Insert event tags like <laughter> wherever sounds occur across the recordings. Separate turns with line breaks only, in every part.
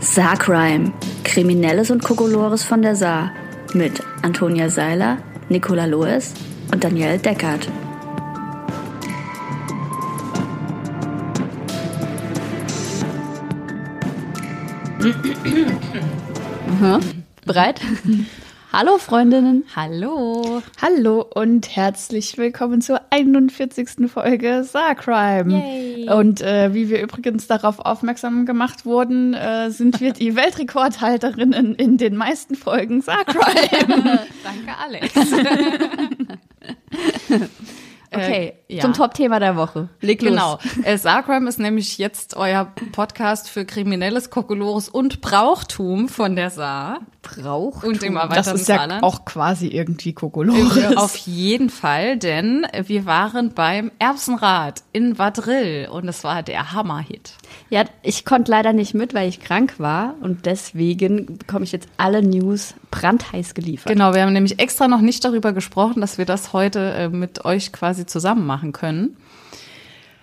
Saar Crime. Kriminelles und Kokolores von der Saar. Mit Antonia Seiler, Nicola Loes und Danielle Deckert.
<laughs>
Bereit? Hallo Freundinnen.
Hallo.
Hallo und herzlich willkommen zur 41. Folge Saar Crime.
Yay.
Und äh, wie wir übrigens darauf aufmerksam gemacht wurden, äh, sind wir
<laughs>
die Weltrekordhalterinnen in den meisten Folgen Saar
<laughs>
Crime.
Danke, Alex. Äh,
Okay,
ja.
zum Top-Thema der Woche. Leg los.
genau. Äh, Sarcrime ist nämlich jetzt euer Podcast für kriminelles Kokolores und Brauchtum von der Saar.
Braucht.
Und im
das
erweiterten
ist ja
Saarland.
auch quasi irgendwie <laughs>
Äh,
Kokolores.
Auf jeden Fall, denn wir waren beim Erbsenrad in Vadrill und es war der Hammerhit.
Ja, ich konnte leider nicht mit, weil ich krank war und deswegen bekomme ich jetzt alle News brandheiß geliefert.
Genau, wir haben nämlich extra noch nicht darüber gesprochen, dass wir das heute äh, mit euch quasi zusammen machen können.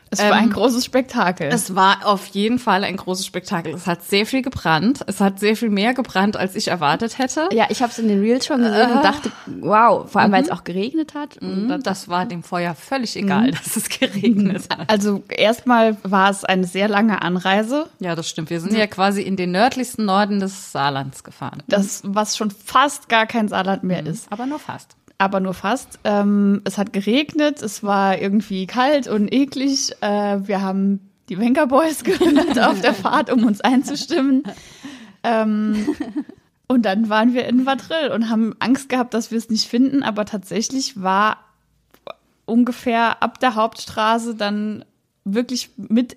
es war ein großes Spektakel.
ähm, Es war auf jeden Fall ein großes Spektakel. Es hat sehr viel gebrannt. Es hat sehr viel mehr gebrannt, als ich erwartet hätte.
Ja, ich habe es in den Reels schon gesehen und dachte, wow, vor allem
Mhm.
weil es auch geregnet hat. Und dann-
Das war dem Feuer völlig egal, dass es geregnet hat.
also erstmal war es eine sehr lange Anreise.
Ja, das stimmt. Wir sind ja quasi in den nördlichsten Norden des Saarlands gefahren.
Das, was schon fast gar kein Saarland mehr ist.
Aber nur fast.
aber nur fast. Ähm, es hat geregnet, es war irgendwie kalt und eklig. Äh, wir haben die Venga Boys <laughs> gehört auf der Fahrt, um uns einzustimmen. Ähm, und dann waren wir in Vadrill und haben Angst gehabt, dass wir es nicht finden, aber tatsächlich war ungefähr ab der Hauptstraße dann wirklich mit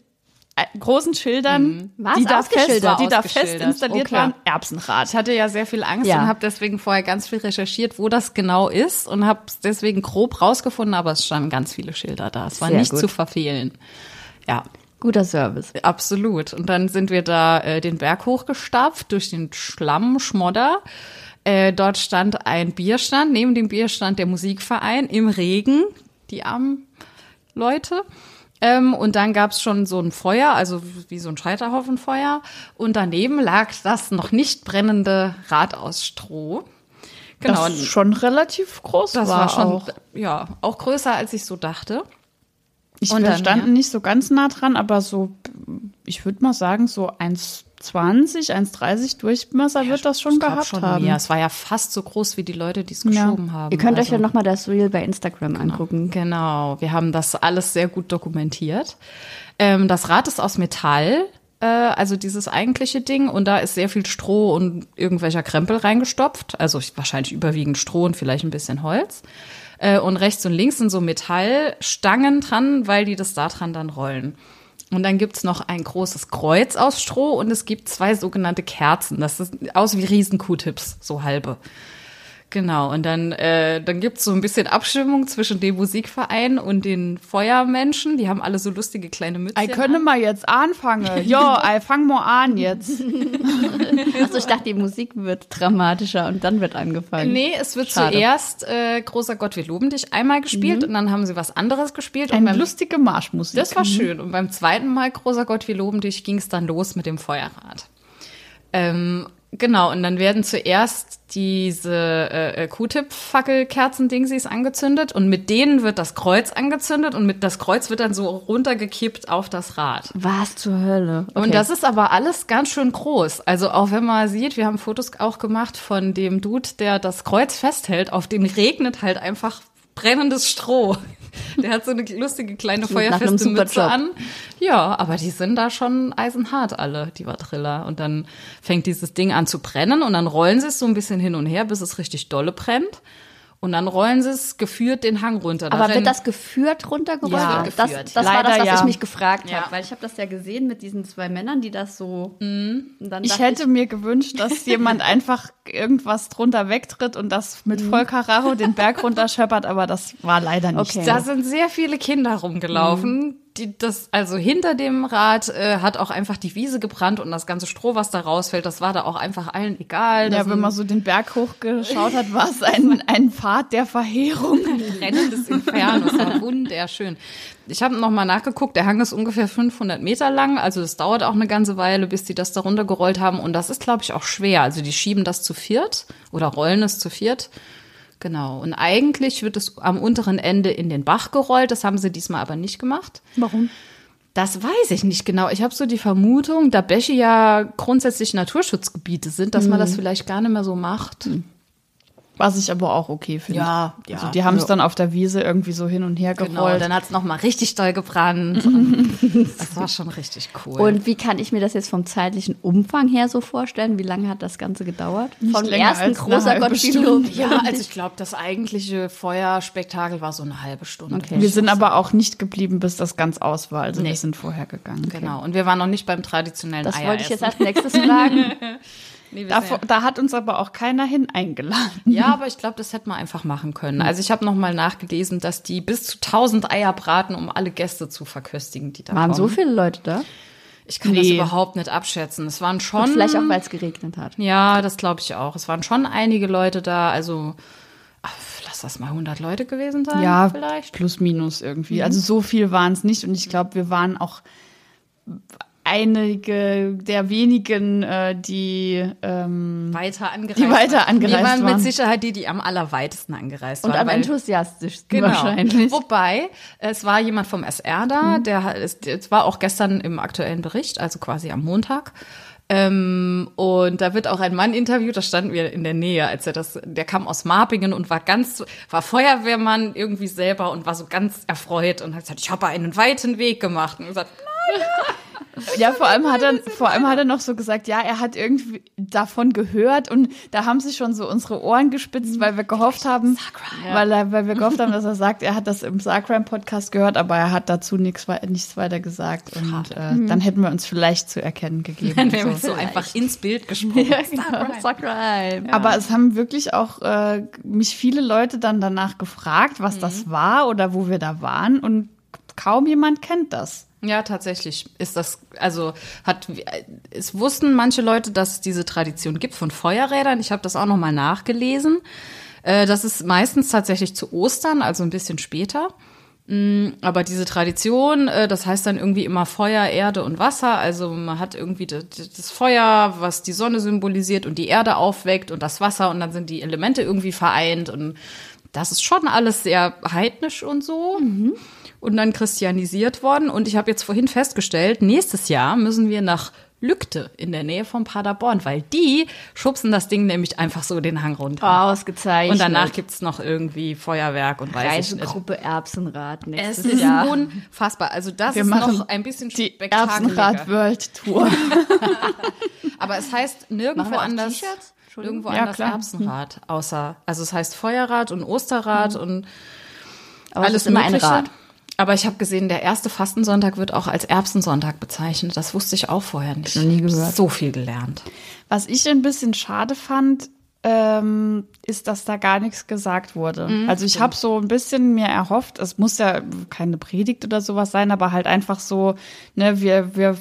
äh, großen Schildern,
War's
die, da
ausgeschildert?
fest, die da fest
Mhm. Ausgeschildert.
installiert
Oh, klar.
waren, Erbsenrad.
Ich hatte ja sehr viel Angst
Ja.
und habe deswegen vorher ganz viel recherchiert, wo das genau ist und habe es deswegen grob rausgefunden, aber es standen ganz viele Schilder da. Es war
Sehr
nicht
gut.
zu verfehlen. Ja,
Guter Service.
Absolut. Und dann sind wir da äh, den Berg hochgestapft durch den Schlamm, Schmodder. Äh, dort stand ein Bierstand, neben dem Bierstand der Musikverein im Regen, die armen Leute. Ähm, und dann gab's schon so ein Feuer, also wie so ein Scheiterhaufenfeuer. Und daneben lag das noch nicht brennende Rad aus Stroh. Genau.
Das schon relativ groß
das
war,
war schon,
auch.
ja, auch größer als ich so dachte.
Ich
Und
und
dann,
wir standen
ja.
nicht so ganz nah dran, aber so, ich würde mal sagen, so 1,20, 1,30 Durchmesser wird das schon
Ich glaub
gehabt
schon
haben.
Mehr. Es war ja fast so groß wie die Leute, die es
Ja.
geschoben haben.
Ihr könnt euch
Also-
ja nochmal das Reel bei Instagram angucken.
Genau, wir haben das alles sehr gut dokumentiert. Ähm, das Rad ist aus Metall, äh, also dieses eigentliche Ding, und da ist sehr viel Stroh und irgendwelcher Krempel reingestopft. Also ich- wahrscheinlich überwiegend Stroh und vielleicht ein bisschen Holz. Äh, und rechts und links sind so Metallstangen dran, weil die das da dran dann rollen. Und dann gibt's noch ein großes Kreuz aus Stroh und es gibt zwei sogenannte Kerzen. Das sieht aus wie Riesen-Q-Tips, so halbe. Genau, und dann, äh, dann gibt's so ein bisschen Abstimmung zwischen dem Musikverein und den Feuermenschen. Die haben alle so lustige kleine Mützen.
Ich könnte mal jetzt
<laughs>
anfangen. Jo, ich fang mal an jetzt.
Achso, Also ich dachte, die Musik wird dramatischer und dann wird angefangen.
Nee, es wird
Schade.
zuerst äh, Großer Gott, wir loben dich einmal gespielt und dann haben sie was anderes gespielt. und
Eine
beim,
lustige Marschmusik.
das war schön. Und beim zweiten Mal Großer Gott, wir loben dich ging's dann los mit dem Feuerrad. Ähm, genau, und dann werden zuerst diese äh, äh, Q-Tip-Fackel-Kerzen-Dingsies angezündet und mit denen wird das Kreuz angezündet und mit das Kreuz wird dann so runtergekippt auf das Rad.
Was zur Hölle?
Und das ist aber alles ganz schön groß. Also auch wenn man sieht, wir haben Fotos auch gemacht von dem Dude, der das Kreuz festhält, auf dem regnet halt einfach brennendes Stroh. <laughs> Der hat so eine lustige kleine
nach einem
feuerfeste
super
Mütze
Job.
an. Ja, aber die sind da schon eisenhart alle, die Vadriller. Und dann fängt dieses Ding an zu brennen und dann rollen sie es so ein bisschen hin und her, bis es richtig dolle brennt. Und dann rollen sie es geführt den Hang runter. Da
Aber
rennen-
wird das geführt runtergerollt?
Ja,
das
das wird geführt.
das war das,
Leider
was ich
ja.
mich gefragt
Ja.
habe, weil ich habe das ja gesehen mit diesen zwei Männern, die das so.
Mhm.
Und dann
Ich
dachte
hätte mir gewünscht,
<laughs>
dass jemand einfach irgendwas drunter wegtritt und das mit
Mhm.
Vollkaracho den Berg runterscheppert, aber das war leider nicht
Okay.
so. Mhm.
Da sind sehr viele Kinder rumgelaufen, die, das, also hinter dem Rad äh, hat auch einfach die Wiese gebrannt und das ganze Stroh, was da rausfällt, das war da auch einfach allen egal.
Ja,
Das
wenn man so den Berg hochgeschaut hat, war es
<laughs>
ein, ein Pfad der Verheerung.
brennendes Inferno. Das war wunderschön. Ich habe nochmal nachgeguckt, der Hang ist ungefähr 500 Meter lang, also das dauert auch eine ganze Weile, bis die das da runtergerollt haben. Und das ist, glaube ich, auch schwer. Also die schieben das zu viert oder rollen es zu viert. Genau. Und eigentlich wird es am unteren Ende in den Bach gerollt. Das haben sie diesmal aber nicht gemacht.
Warum?
Das weiß ich nicht genau. Ich habe so die Vermutung, da Bäche ja grundsätzlich Naturschutzgebiete sind, dass man das vielleicht gar nicht mehr so macht.
Was ich aber auch okay finde.
Ja, ja.
Also die haben es dann auf der Wiese irgendwie so hin und her
Genau,
gerollt.
dann hat's noch nochmal richtig doll
<laughs>
gebrannt. Und das war schon richtig cool.
Und wie kann ich mir das jetzt vom zeitlichen Umfang her so vorstellen? Wie lange hat das Ganze gedauert? Vom
länger
ersten
als eine
großer
halbe
Gottschilo.
ja,
<laughs>
also ich glaube, das eigentliche Feuerspektakel war so eine halbe Stunde.
Okay.
wir sind aber auch nicht geblieben, bis das ganz aus war. Also
Nee.
wir sind vorher gegangen.
Genau, und wir waren noch nicht beim traditionellen
Das
Eier
wollte ich jetzt
essen.
als nächstes fragen.
Nee, wir
Da,
sind ja-
da hat uns aber auch keiner hin eingeladen.
ja, aber ich glaube, das hätte man einfach machen können. Also ich habe nochmal nachgelesen, dass die bis zu 1000 Eier braten, um alle Gäste zu verköstigen, die da
Waren
kommen.
so viele Leute da?
Ich kann das
Nee.
überhaupt nicht abschätzen. Es waren schon...
Und vielleicht auch, weil es geregnet hat.
Ja, das glaube ich auch. Es waren schon einige Leute da, also ach, lass das mal 100 Leute gewesen sein vielleicht. Mhm.
plus minus irgendwie. Also so viel waren es nicht und ich glaube, wir waren auch einige der wenigen, äh, die ähm,
Weiter angereist
Die weiter
waren.
angereist
Die waren mit
waren.
Sicherheit die, die am allerweitesten angereist
Und
waren.
am
weil-
enthusiastischsten
Genau. <laughs>
wahrscheinlich.
Wobei, es war jemand vom SR da, der hat- es es war auch gestern im aktuellen Bericht, also quasi am Montag. Ähm, und da wird auch ein Mann interviewt, da standen wir in der Nähe, als er das, der kam aus Marpingen und war ganz, war Feuerwehrmann irgendwie selber und war so ganz erfreut und hat gesagt, ich habe einen weiten Weg gemacht. Und gesagt,
Ja, vor allem hat er, vor allem hat er noch so gesagt, ja, er hat irgendwie davon gehört und da haben sich schon so unsere Ohren gespitzt, weil wir gehofft haben, weil, er, weil wir gehofft haben, dass er sagt, er hat das im Sarcrime Podcast gehört, aber er hat dazu nichts, wei- nichts weiter gesagt und äh, dann hätten wir uns vielleicht zu erkennen gegeben.
dann wäre
So.
so, so einfach ins Bild gesprungen.
<laughs> Wobei.
Aber es haben wirklich auch äh, mich viele Leute dann danach gefragt, was das war oder wo wir da waren und kaum jemand kennt das.
Ja, tatsächlich ist das, also hat, es wussten manche Leute, dass es diese Tradition gibt von Feuerrädern. Ich habe das auch nochmal nachgelesen. Äh, Das ist meistens tatsächlich zu Ostern, also ein bisschen später. Mm, Aber diese Tradition, äh, das heißt dann irgendwie immer Feuer, Erde und Wasser. Also man hat irgendwie d- d- das Feuer, was die Sonne symbolisiert und die Erde aufweckt und das Wasser und dann sind die Elemente irgendwie vereint und das ist schon alles sehr heidnisch und so und dann christianisiert worden. Und ich habe jetzt vorhin festgestellt, nächstes Jahr müssen wir nach Lügde in der Nähe von Paderborn, weil die schubsen das Ding nämlich einfach so den Hang runter.
Ausgezeichnet.
und danach gibt's noch irgendwie Feuerwerk und weiß ich nicht.
Reisegruppe Erbsenrad
Es
nächstes
ist
Jahr.
unfassbar. Also das
Wir
ist
machen
noch ein bisschen
Die
spektakulärer.
Erbsenrad World Tour.
Aber es heißt nirgendwo
wir auch
anders,
T-Shirts? Entschuldigung.
nirgendwo
Ja,
anders
klar.
Erbsenrad, außer, also es heißt Feuerrad und Osterrad und
Mhm. Aber
alles
es ist immer ein
Mögliche.
Rad.
Aber ich habe gesehen, der erste Fastensonntag wird auch als Erbsensonntag bezeichnet. Das wusste ich auch vorher nicht.
Noch nie gehört.
So viel gelernt.
Was ich ein bisschen schade fand, ähm, ist, dass da gar nichts gesagt wurde.
Mhm.
also ich habe so ein bisschen mir erhofft, es muss ja keine Predigt oder sowas sein, aber halt einfach so, ne, wir, wir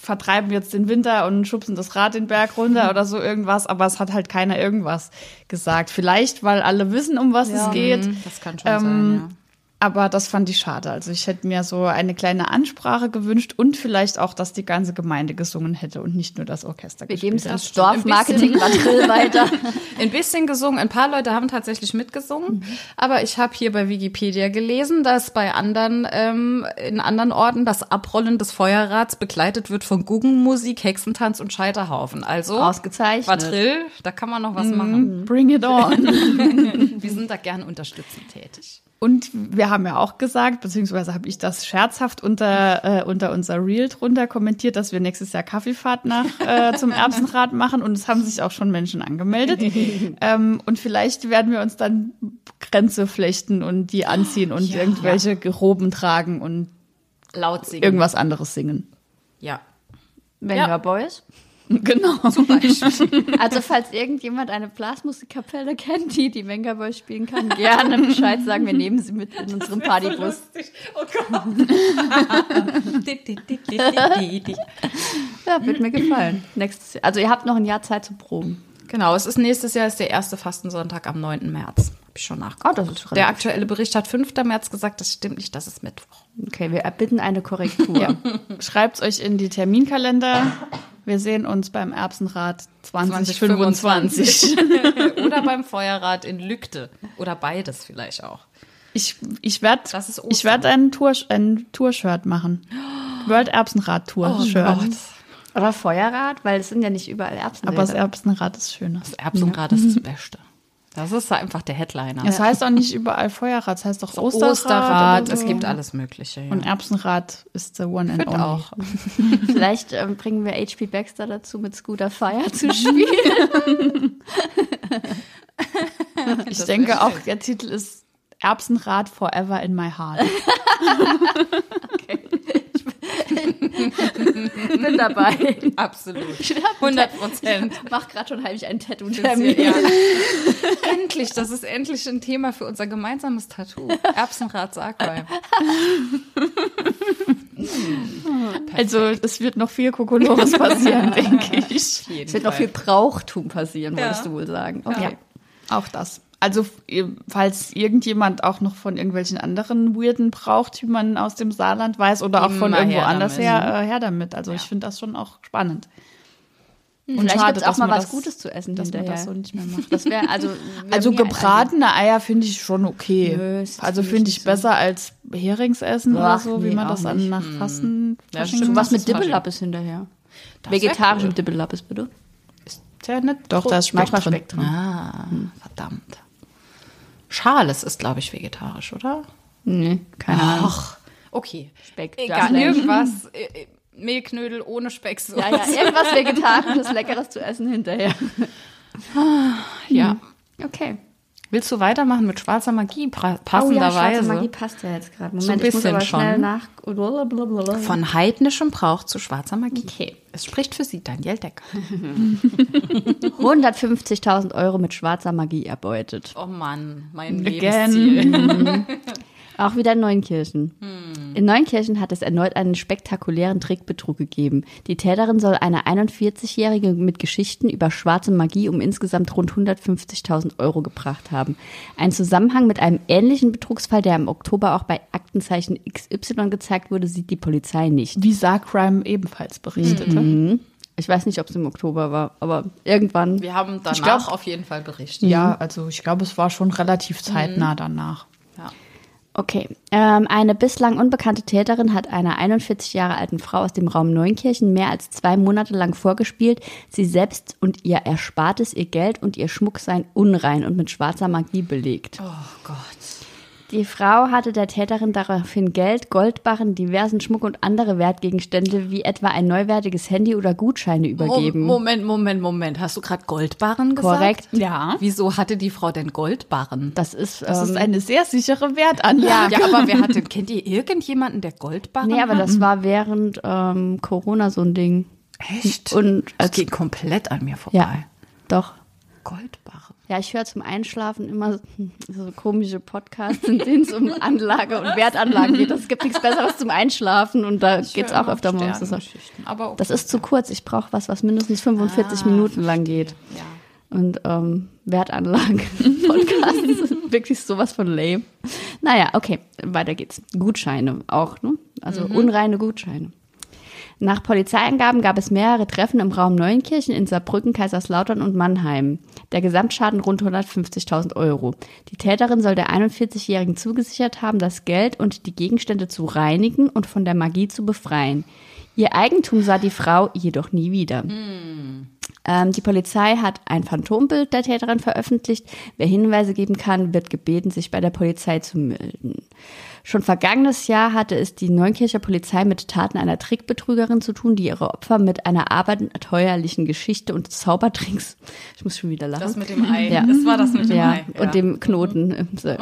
vertreiben jetzt den Winter und schubsen das Rad den Berg runter oder so irgendwas, aber es hat halt keiner irgendwas gesagt. Vielleicht, weil alle wissen, um was es geht.
Mhm.
Das kann schon
Ähm,
sein.
Aber das fand ich schade. Also ich hätte mir so eine kleine Ansprache gewünscht und vielleicht auch, dass die ganze Gemeinde gesungen hätte und nicht nur das Orchester.
Wir
gespielt
geben es
hat.
als
stimmt. Ein bisschen.
Dorfmarketing-Quadrill weiter.
<laughs> Ja. Ein bisschen gesungen, ein paar Leute haben tatsächlich mitgesungen, aber ich habe hier bei Wikipedia gelesen, dass bei anderen, ähm, in anderen Orten das Abrollen des Feuerrads begleitet wird von Guggenmusik, Hexentanz und Scheiterhaufen. Also
Ausgezeichnet.
Quadrill, da kann man noch was machen.
Bring it on.
Wir sind da gerne unterstützend tätig.
Und wir haben ja auch gesagt, beziehungsweise habe ich das scherzhaft unter, äh, unter unser Reel drunter kommentiert, dass wir nächstes Jahr Kaffeefahrt nach äh, zum Erbsenrad machen. Und es haben sich auch schon Menschen angemeldet. ähm, und vielleicht werden wir uns dann Grenze flechten und die anziehen und irgendwelche Geroben tragen und
Laut singen.
irgendwas anderes singen.
Ja.
Venga
Ja.
Boys.
<laughs> Genau. Zum
Also falls irgendjemand eine Blasmusikkapelle kennt, die die Venga Boys spielen kann, gerne Bescheid sagen. Wir nehmen sie mit in unserem Partybus.
Oh Gott.
Ja, wird mir gefallen. Nächstes Jahr. Also ihr habt noch ein Jahr Zeit zu proben.
<laughs> genau, es ist nächstes Jahr ist der erste Fastensonntag am 9. März. Hab ich schon nachgeguckt.
Oh, das ist
der
relativ-
aktuelle Bericht hat 5. März gesagt, das stimmt nicht, das ist Mittwoch.
Okay, wir erbitten eine Korrektur.
Schreibt's euch in die Terminkalender. Wir sehen uns beim Erbsenrad 2025.
2025. Oder beim Feuerrad in Lügde. Oder beides vielleicht auch.
Ich, ich werde
Das ist Ostern.
ich werd ein Tour ein Tour-Shirt machen. World Erbsenrad
Oh
Tour-Shirt.
Oder Feuerrad, weil es sind ja nicht überall Erbsen. Also,
Aber das Erbsenrad ist schöner.
Das Erbsenrad ist das Beste. Das ist einfach der Headliner.
Es heißt auch nicht überall Feuerrad, es heißt auch Osterrad.
Osterrad,
oder
es
so.
gibt alles Mögliche. Ja.
Und Erbsenrad ist the one and
Könnt
only.
auch.
Vielleicht ähm, bringen wir HP Baxter dazu, mit Scooter Fire zu spielen. <laughs>
Ich denke auch, der Titel ist Erbsenrad Forever in my
<laughs>
heart.
Ich bin dabei.
Absolut. <laughs> 100
<laughs>
Prozent.
Mach gerade schon heimlich einen Tattoo-Termin.
Ja.
<laughs>
endlich, das ist endlich ein Thema für unser gemeinsames Tattoo. Erbsenrad Sargwein.
Also es wird noch viel Kokolores passieren, denke ich.
<laughs> Es wird noch viel Brauchtum passieren, wolltest du wohl sagen.
Ja,
Okay.
auch das. Also f- ihr- falls irgendjemand auch noch von irgendwelchen anderen weirden Brauchtümern aus dem Saarland weiß oder auch von
Immer
irgendwo
her
anders
damit.
her, äh, her damit. Also ich finde das schon auch spannend. Und
Hm, Vielleicht
schade,
gibt es auch
dass
mal
man
was
das-
Gutes zu essen
dass man
hinterher.
das so nicht mehr macht.
Das wäre <laughs> also. wär
Also
mir-
gebratene Eier finde ich schon okay.
Nö, das
also
find ich
finde
nicht
ich besser als Heringsessen
Ach,
oder so, wie
nee,
man
auch
das an
nicht. Hm.
nach Fasten.
Ja,
Fasching
stimmt.
Also, was
Das
mit
ist Fasching.
Dibbelabbes hinterher?
wär
Vegetarischem
cool.
Dibbelabbes, bitte.
Ja, nicht
Doch, da ist Speck
Manchmal
drin.
Speck drin.
Ah, verdammt. Schales ist, glaube ich, vegetarisch, oder?
Nee, keine Ahnung.
Ach, okay.
Speck,
Egal,
Darmfleisch.
irgendwas. äh, äh, Mehlknödel ohne Specksoße.
Ja, ja, irgendwas Vegetarisches, Leckeres zu essen hinterher.
<laughs> Ja.
Okay.
Willst du weitermachen mit schwarzer Magie? Pra-
Oh ja, schwarze
Passenderweise.
Magie passt ja jetzt gerade. Moment,
So ein
ich muss
bisschen
aber schnell
schon.
nach... Blablabla.
Von heidnischem Brauch zu schwarzer Magie.
Okay.
Es spricht für sie Daniel Decker.
150.000 Euro mit schwarzer Magie erbeutet.
Oh Mann, mein Lebensziel.
Again.
Auch wieder in Neunkirchen. In Neunkirchen hat es erneut einen spektakulären Trickbetrug gegeben. Die Täterin soll eine 41-Jährige mit Geschichten über schwarze Magie um insgesamt rund 150.000 Euro gebracht haben. Ein Zusammenhang mit einem ähnlichen Betrugsfall, der im Oktober auch bei Aktenzeichen XY gezeigt wurde, sieht die Polizei nicht.
Wie Saarcrime ebenfalls berichtete.
Mhm. Ich weiß nicht, ob es im Oktober war, aber irgendwann.
Wir haben danach
glaub-
auf jeden Fall berichtet.
Ja, also ich glaube, es war schon relativ
Mhm.
zeitnah danach.
Ja.
Okay. Ähm, eine bislang unbekannte Täterin hat einer 41 Jahre alten Frau aus dem Raum Neunkirchen mehr als zwei Monate lang vorgespielt, sie selbst und ihr Erspartes, ihr Geld und ihr Schmuck seien unrein und mit schwarzer Magie belegt.
Oh Gott.
Die Frau hatte der Täterin daraufhin Geld, Goldbarren, diversen Schmuck und andere Wertgegenstände wie etwa ein neuwertiges Handy oder Gutscheine übergeben.
Mo- Moment, Moment, Moment. Hast du gerade Goldbarren gesagt?
Korrekt.
Ja.
Wieso hatte die Frau denn Goldbarren?
Das ist, ähm,
Das ist eine sehr sichere Wertanlage.
ja,
<laughs>
aber wer hat denn, kennt ihr irgendjemanden, der Goldbarren
nee, aber
hat?
das war während ähm, Corona so ein Ding.
Echt?
Und
das
als-
geht komplett an mir vorbei.
Ja, doch.
Goldbarren.
Ja, ich höre zum Einschlafen immer so <laughs> komische Podcasts, in denen es um Anlage und Wertanlagen geht. Es gibt nichts Besseres zum Einschlafen und da geht's auch öfter
um
morgens. Das ist,
Aber okay.
das ist zu kurz. Ich brauche was, was mindestens 45 Minuten lang geht. Und ähm, <laughs> Wertanlagen-Podcasts sind wirklich sowas von lame. Naja, okay, weiter geht's. Gutscheine auch, ne? Also unreine Gutscheine. Nach Polizeiangaben gab es mehrere Treffen im Raum Neunkirchen, in Saarbrücken, Kaiserslautern und Mannheim. Der Gesamtschaden rund 150.000 Euro. Die Täterin soll der 41-Jährigen zugesichert haben, das Geld und die Gegenstände zu reinigen und von der Magie zu befreien. Ihr Eigentum sah die Frau jedoch nie wieder. Ähm, die Polizei hat ein Phantombild der Täterin veröffentlicht. Wer Hinweise geben kann, wird gebeten, sich bei der Polizei zu melden. Schon vergangenes Jahr hatte es die Neunkircher Polizei mit Taten einer Trickbetrügerin zu tun, die ihre Opfer mit einer abenteuerlichen Geschichte und Zaubertricks, <laughs> ich muss schon wieder lachen,
Das mit dem Ei.
Ja.
Das war das mit dem
Mhm. ja,
Ei.
und dem Knoten im Sö-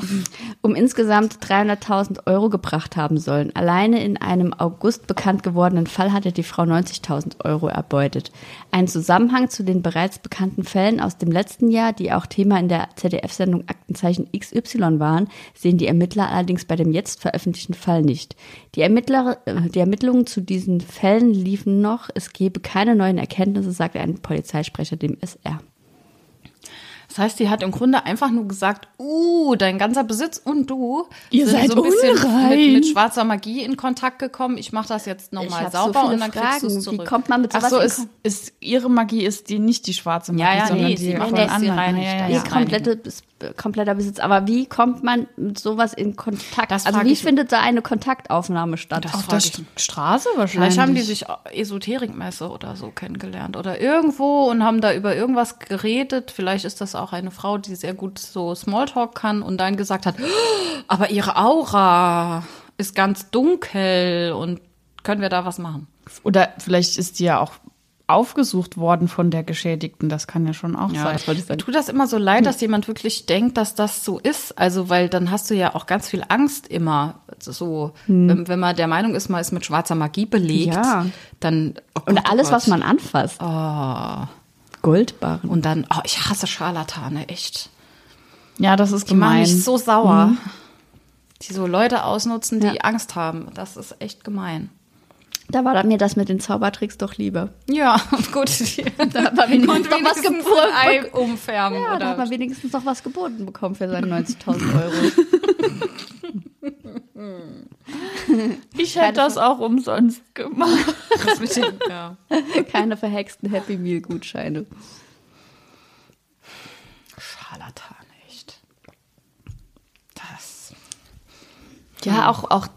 um insgesamt 300.000 Euro gebracht haben sollen. Alleine in einem August bekannt gewordenen Fall hatte die Frau 90.000 Euro erbeutet. Ein Zusammenhang zu den bereits bekannten Fällen aus dem letzten Jahr, die auch Thema in der ZDF-Sendung Aktenzeichen XY waren, sehen die Ermittler allerdings bei dem jetzt veröffentlichten Fall nicht. Die, Ermittler, äh, die Ermittlungen zu diesen Fällen liefen noch. Es gebe keine neuen Erkenntnisse, sagte ein Polizeisprecher dem SR.
Das heißt, die hat im Grunde einfach nur gesagt, uh, dein ganzer Besitz und du
Ihr
sind
seid
so ein bisschen
unrein.
mit, mit schwarzer Magie in Kontakt gekommen. Ich mache das jetzt nochmal
hab so
sauber
viele
und dann kriegst du
Fragen.
es zurück.
Wie kommt man mit
Ach
sowas
so,
in
ist, ist ihre Magie ist die nicht die schwarze Magie,
Ja, ja,
sondern
nee,
die
sie
von
machen das die
anderen.
reine
ja, ja,
Stelle.
ja.
Ist komplette, bis- kompletter Besitz. Aber wie kommt man mit sowas in Kontakt?
Das
also
frag
wie
ich-
findet da eine Kontaktaufnahme statt?
Das
Auf
frag
der
ich
St Straße wahrscheinlich.
Vielleicht haben die sich Esoterikmesse oder so kennengelernt oder irgendwo und haben da über irgendwas geredet. Vielleicht ist das auch eine Frau, die sehr gut so Smalltalk kann und dann gesagt hat, "Oh, aber ihre Aura ist ganz dunkel und können wir da was machen?
Oder vielleicht ist die ja auch aufgesucht worden von der Geschädigten. Das kann ja schon auch sein.
Mir tut das immer so
Hm.
leid, dass jemand wirklich denkt, dass das so ist. Also, weil dann hast du ja auch ganz viel Angst immer. So, wenn, wenn man der Meinung ist, man ist mit schwarzer Magie belegt,
Hm. Ja.
dann. oh
Und
Gott, oh
alles,
Gott.
was man anfasst. Goldbarren.
Und dann, oh, ich hasse Scharlatane, echt.
Ja, das ist
Die machen
gemein.
mich so sauer. Die so Leute ausnutzen, die
Ja.
Angst haben. Das ist echt gemein.
Da war mir das mit den Zaubertricks doch lieber.
Ja, <laughs> gut. Die, da <laughs> war
wenigstens noch was geboren.
Ei umfärben
Ja, da hat
oder
man wenigstens noch was geboten bekommen für seine
<laughs>
90.000 Euro.
Ich hätte das auch umsonst gemacht.
was mit dem, <laughs> ja.
Keine verhexten Happy Meal Gutscheine.
Scharlatan, echt. Das.
Ja, auch, auch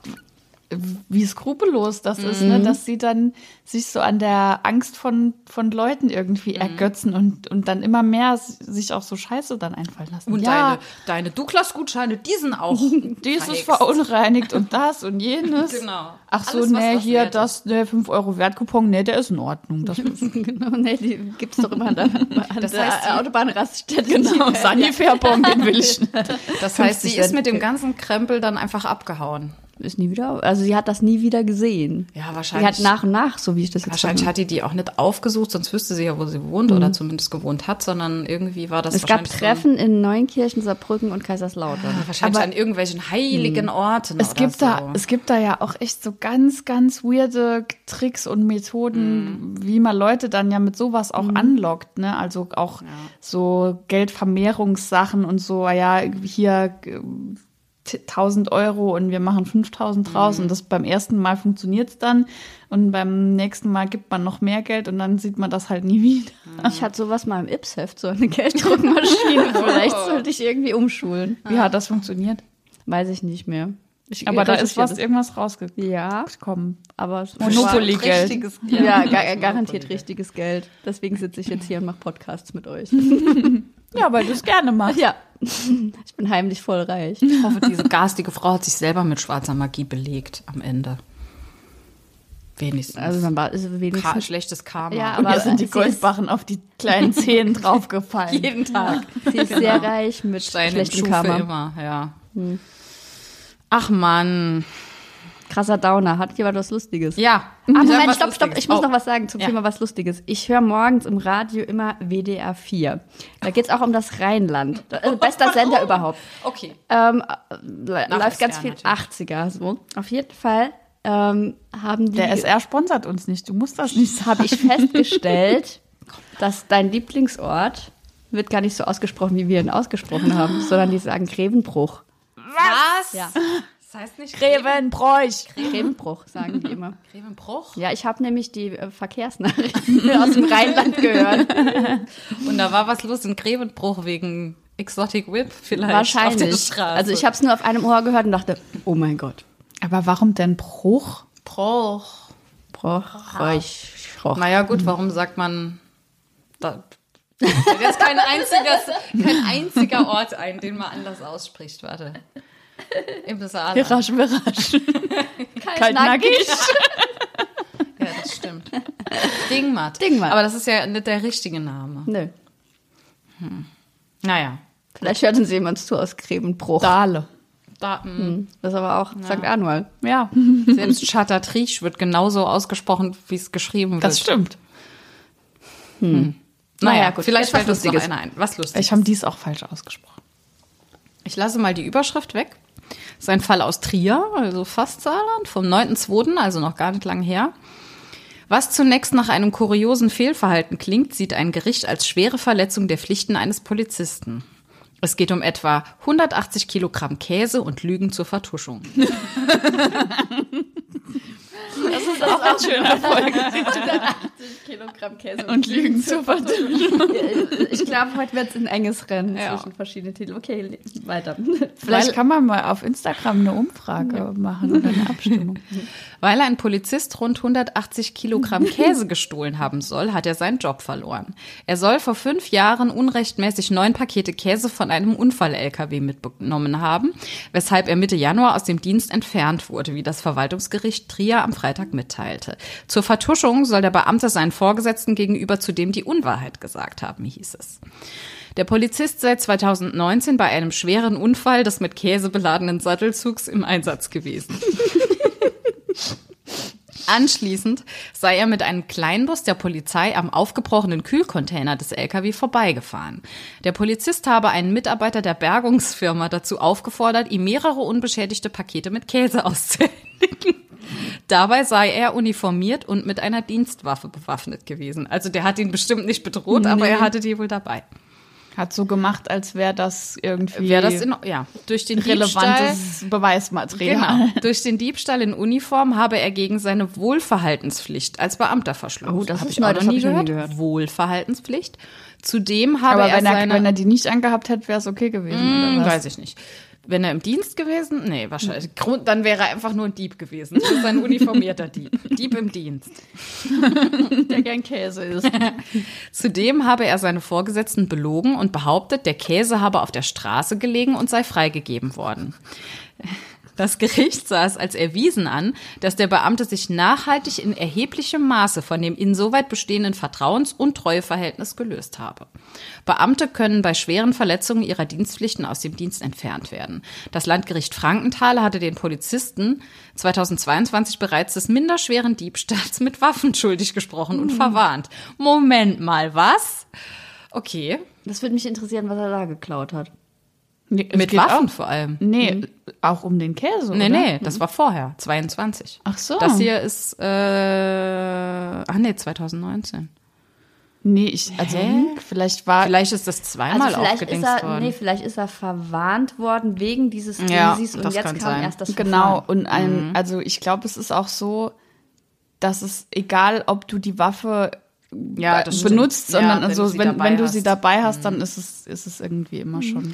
wie skrupellos das ist, ne?
Mhm.
dass sie dann sich so an der Angst von, von Leuten irgendwie
Mhm.
ergötzen und, und dann immer mehr s- sich auch so Scheiße dann einfallen lassen.
Und
ja,
deine, deine Douglas-Gutscheine, <laughs> die sind auch.
dieses
verhext.
verunreinigt und das
<laughs>
und jenes.
Genau.
Ach so,
Alles, was
ne,
was
hier,
wert ist.
das, ne, 5 Euro Wertcoupon, ne, der ist in Ordnung.
<laughs>
Das
<laughs> genau, nee, die gibt's doch immer an <laughs> der, an
Das
der
heißt, die-
Autobahnraststätte.
Genau, Sanifair-Bon, den
<laughs>
will ich nicht.
Das heißt, sie
50
ist
Cent.
mit dem ganzen Krempel dann einfach abgehauen.
Ist nie wieder, also sie hat das nie wieder gesehen.
Ja,
Sie hat
wahrscheinlich.
nach und nach, so wie ich das jetzt
Wahrscheinlich
verstehe.
hat die die auch nicht aufgesucht, sonst wüsste sie ja, wo sie wohnt oder zumindest gewohnt hat, sondern irgendwie war das
Es gab
wahrscheinlich
Treffen in Neunkirchen, Saarbrücken und Kaiserslautern.
So ein, wahrscheinlich an irgendwelchen heiligen
hm.
Orten
Es
oder
gibt,
so.
da, es gibt da ja auch echt so ganz, ganz weirde Tricks und Methoden, wie man Leute dann ja mit sowas auch anlockt. Ne? Also auch so Geldvermehrungssachen und so, ah ja, hier äh, t- 1000 Euro und wir machen 5000 draus. Und das beim ersten Mal funktioniert es dann. Und beim nächsten Mal gibt man noch mehr Geld und dann sieht man das halt nie <laughs> wieder.
Ich hatte sowas mal im Ipsheft, so
<laughs>
eine Gelddruckmaschine. Vielleicht sollte ich irgendwie umschulen.
Wie hat das funktioniert?
Weiß ich nicht mehr. Ich
Aber da ist
recherchiere
was,
das.
irgendwas rausgekommen.
Ja, aber es
Monopoly-Geld.
Richtiges-
Ja, gar, garantiert richtiges Geld. Deswegen sitze ich jetzt hier und mache Podcasts mit euch.
Ja, weil du es gerne machst.
Ja, <laughs> ich bin heimlich voll reich.
Ich hoffe, diese garstige Frau hat sich selber mit schwarzer Magie belegt am Ende. Wenigstens.
Also dann war es
Ka
wenigstens
schlechtes Karma.
Ja,
Und
Aber
mir sind die
sie ist-
Goldbarren auf die
<laughs>
kleinen Zehen draufgefallen.
jeden Tag.
Sie ist sehr reich mit
Stein im Schuh
schlechtem
für
Karma. Hm.
immer, ja. Ach Mann.
Krasser Downer. Hat jemand was Lustiges?
Ja.
Ah,
Ich hab
Moment,
was
stopp, stopp.
Lustiges.
Ich muss
Oh.
noch was sagen zum
Ja.
Thema was Lustiges. Ich höre morgens im Radio immer WDR 4. Da geht es auch um das Rheinland. Da- Also bester Sender überhaupt.
Okay.
Ähm, äh, le-
Nach
läuft
SR
ganz viel
natürlich.
80er. So. Auf jeden Fall ähm, haben die.
Der SR sponsert uns nicht, du musst das nicht sagen.
habe ich <laughs> festgestellt, dass dein Lieblingsort wird gar nicht so ausgesprochen, wie wir ihn ausgesprochen haben, sondern die sagen Grevenbruch.
Was?
Ja.
Das heißt nicht
Grevenbräuch.
Grevenbruch sagen die immer.
Grevenbruch.
Ja, ich habe nämlich die äh, Verkehrsnachrichten <laughs> aus dem Rheinland gehört.
Und da war was los in Grevenbruch wegen Exotic Whip vielleicht auf der
Wahrscheinlich.
Straße.
Also ich habe es nur auf einem Ohr gehört und dachte, oh mein Gott.
Aber warum denn Bruch?
Bruch.
Broch, Reuch, Schroch.
Naja gut, warum sagt man da Mir fällt jetzt kein einziger, kein einziger Ort ein, den man anders ausspricht. Warte. Im Saal. Ja,
Berasch, berasch.
Kaltnackig. <laughs>
das stimmt. Dingmat.
Dingmat.
Aber das ist ja nicht der richtige Name.
Nö.
Naja.
Vielleicht hört uns jemand zu aus Grevenbruch. Hm,
Dahle.
Da, mh,
Das ist aber auch St. Anual.
Ja,
selbst Chatatriche wird genauso ausgesprochen, wie es geschrieben wird.
das stimmt.
Naja,
Naja, gut.
gut. Vielleicht
Jetzt was
fällt uns noch
Lustiges.
einer ein. Was lustig.
Ich habe dies auch falsch ausgesprochen.
Ich lasse mal die Überschrift weg. Das ist ein Fall aus Trier, also fast Saarland, vom 9.2., also noch gar nicht lang her. Was zunächst nach einem kuriosen Fehlverhalten klingt, sieht ein Gericht als schwere Verletzung der Pflichten eines Polizisten. Es geht um etwa 180 Kilogramm Käse und Lügen zur Vertuschung.
<laughs>
Das ist auch schön.
180 Kilogramm Käse.
Und Lügen zu verdünnen.
<laughs> ich glaube, heute wird es ein enges Rennen
Ja.
zwischen verschiedenen Titeln. Okay, le- weiter.
Vielleicht kann man mal auf Instagram eine Umfrage machen oder eine
<laughs>
Abstimmung.
Weil ein Polizist rund 180 Kilogramm Käse gestohlen haben soll, hat er seinen Job verloren. Er soll vor fünf Jahren unrechtmäßig neun Pakete Käse von einem Unfall-LKW mitgenommen haben, weshalb er Mitte Januar aus dem Dienst entfernt wurde, wie das Verwaltungsgericht Trier am Freitag mitteilte. Zur Vertuschung soll der Beamte seinen Vorgesetzten gegenüber zudem die Unwahrheit gesagt haben, hieß es. Der Polizist sei 2019 bei einem schweren Unfall des mit Käse beladenen Sattelzugs im Einsatz gewesen. Anschließend sei er mit einem Kleinbus der Polizei am aufgebrochenen Kühlcontainer des LKW vorbeigefahren. Der Polizist habe einen Mitarbeiter der Bergungsfirma dazu aufgefordert, ihm mehrere unbeschädigte Pakete mit Käse auszuhändigen. <laughs> Dabei sei er uniformiert und mit einer Dienstwaffe bewaffnet gewesen. Also der hat ihn bestimmt nicht bedroht, aber er hatte die wohl dabei.
Hat so gemacht, als wäre das irgendwie
Wäre das in, ja, durch den Diebstahl,
relevantes Beweismaterial.
Genau. <laughs> Durch den Diebstahl in Uniform habe er gegen seine Wohlverhaltenspflicht als Beamter verstoßen.
Oh, das
Hab
ist neu, das hab ich noch nie gehört.
Wohlverhaltenspflicht. Zudem habe
Aber
er
wenn er,
seine
wenn er die nicht angehabt hätte, wäre es okay gewesen.
Hm,
oder was?
weiß ich nicht. Wenn er im Dienst gewesen, nee,
Hm.
wahrscheinlich. Grund, dann wäre er einfach nur ein Dieb gewesen. Das ist ein uniformierter
<laughs>
Dieb. Dieb im Dienst.
Der gern Käse ist.
Zudem habe er seine Vorgesetzten belogen und behauptet, der Käse habe auf der Straße gelegen und sei freigegeben worden. Das Gericht sah es als erwiesen an, dass der Beamte sich nachhaltig in erheblichem Maße von dem insoweit bestehenden Vertrauens- und Treueverhältnis gelöst habe. Beamte können bei schweren Verletzungen ihrer Dienstpflichten aus dem Dienst entfernt werden. Das Landgericht Frankenthal hatte den Polizisten 2022 bereits des minderschweren Diebstahls mit Waffen schuldig gesprochen
Hm.
und verwarnt. Moment mal, was? Okay,
<laughs> Das würde mich interessieren, was er da geklaut hat.
Nee, es
mit
geht
Waffen
Auch,
vor allem.
nee, auch um den Käse.
Hm. Nee,
oder? Mhm.
nee, das war vorher, 22.
Ach so.
Das hier ist, äh, ah nee, 2019.
Nee, ich, also, hm, vielleicht war.
Vielleicht ist das zweimal
also vielleicht ist
aufgedingst
er,
worden.
nee, vielleicht ist er verwarnt worden wegen dieses
Ja,
Dingsies und
das Mhm.
jetzt
kann
kam
sein.
erst das
genau,
Verfahren.
und ein, also ich glaube, es ist auch so, dass es egal, ob du die Waffe
Ja,
äh,
das stimmt.
benutzt,
Ja,
sondern
wenn du
also,
sie
wenn,
dabei
wenn du sie
hast. Mhm.
dabei hast, dann ist es, ist es irgendwie immer schon.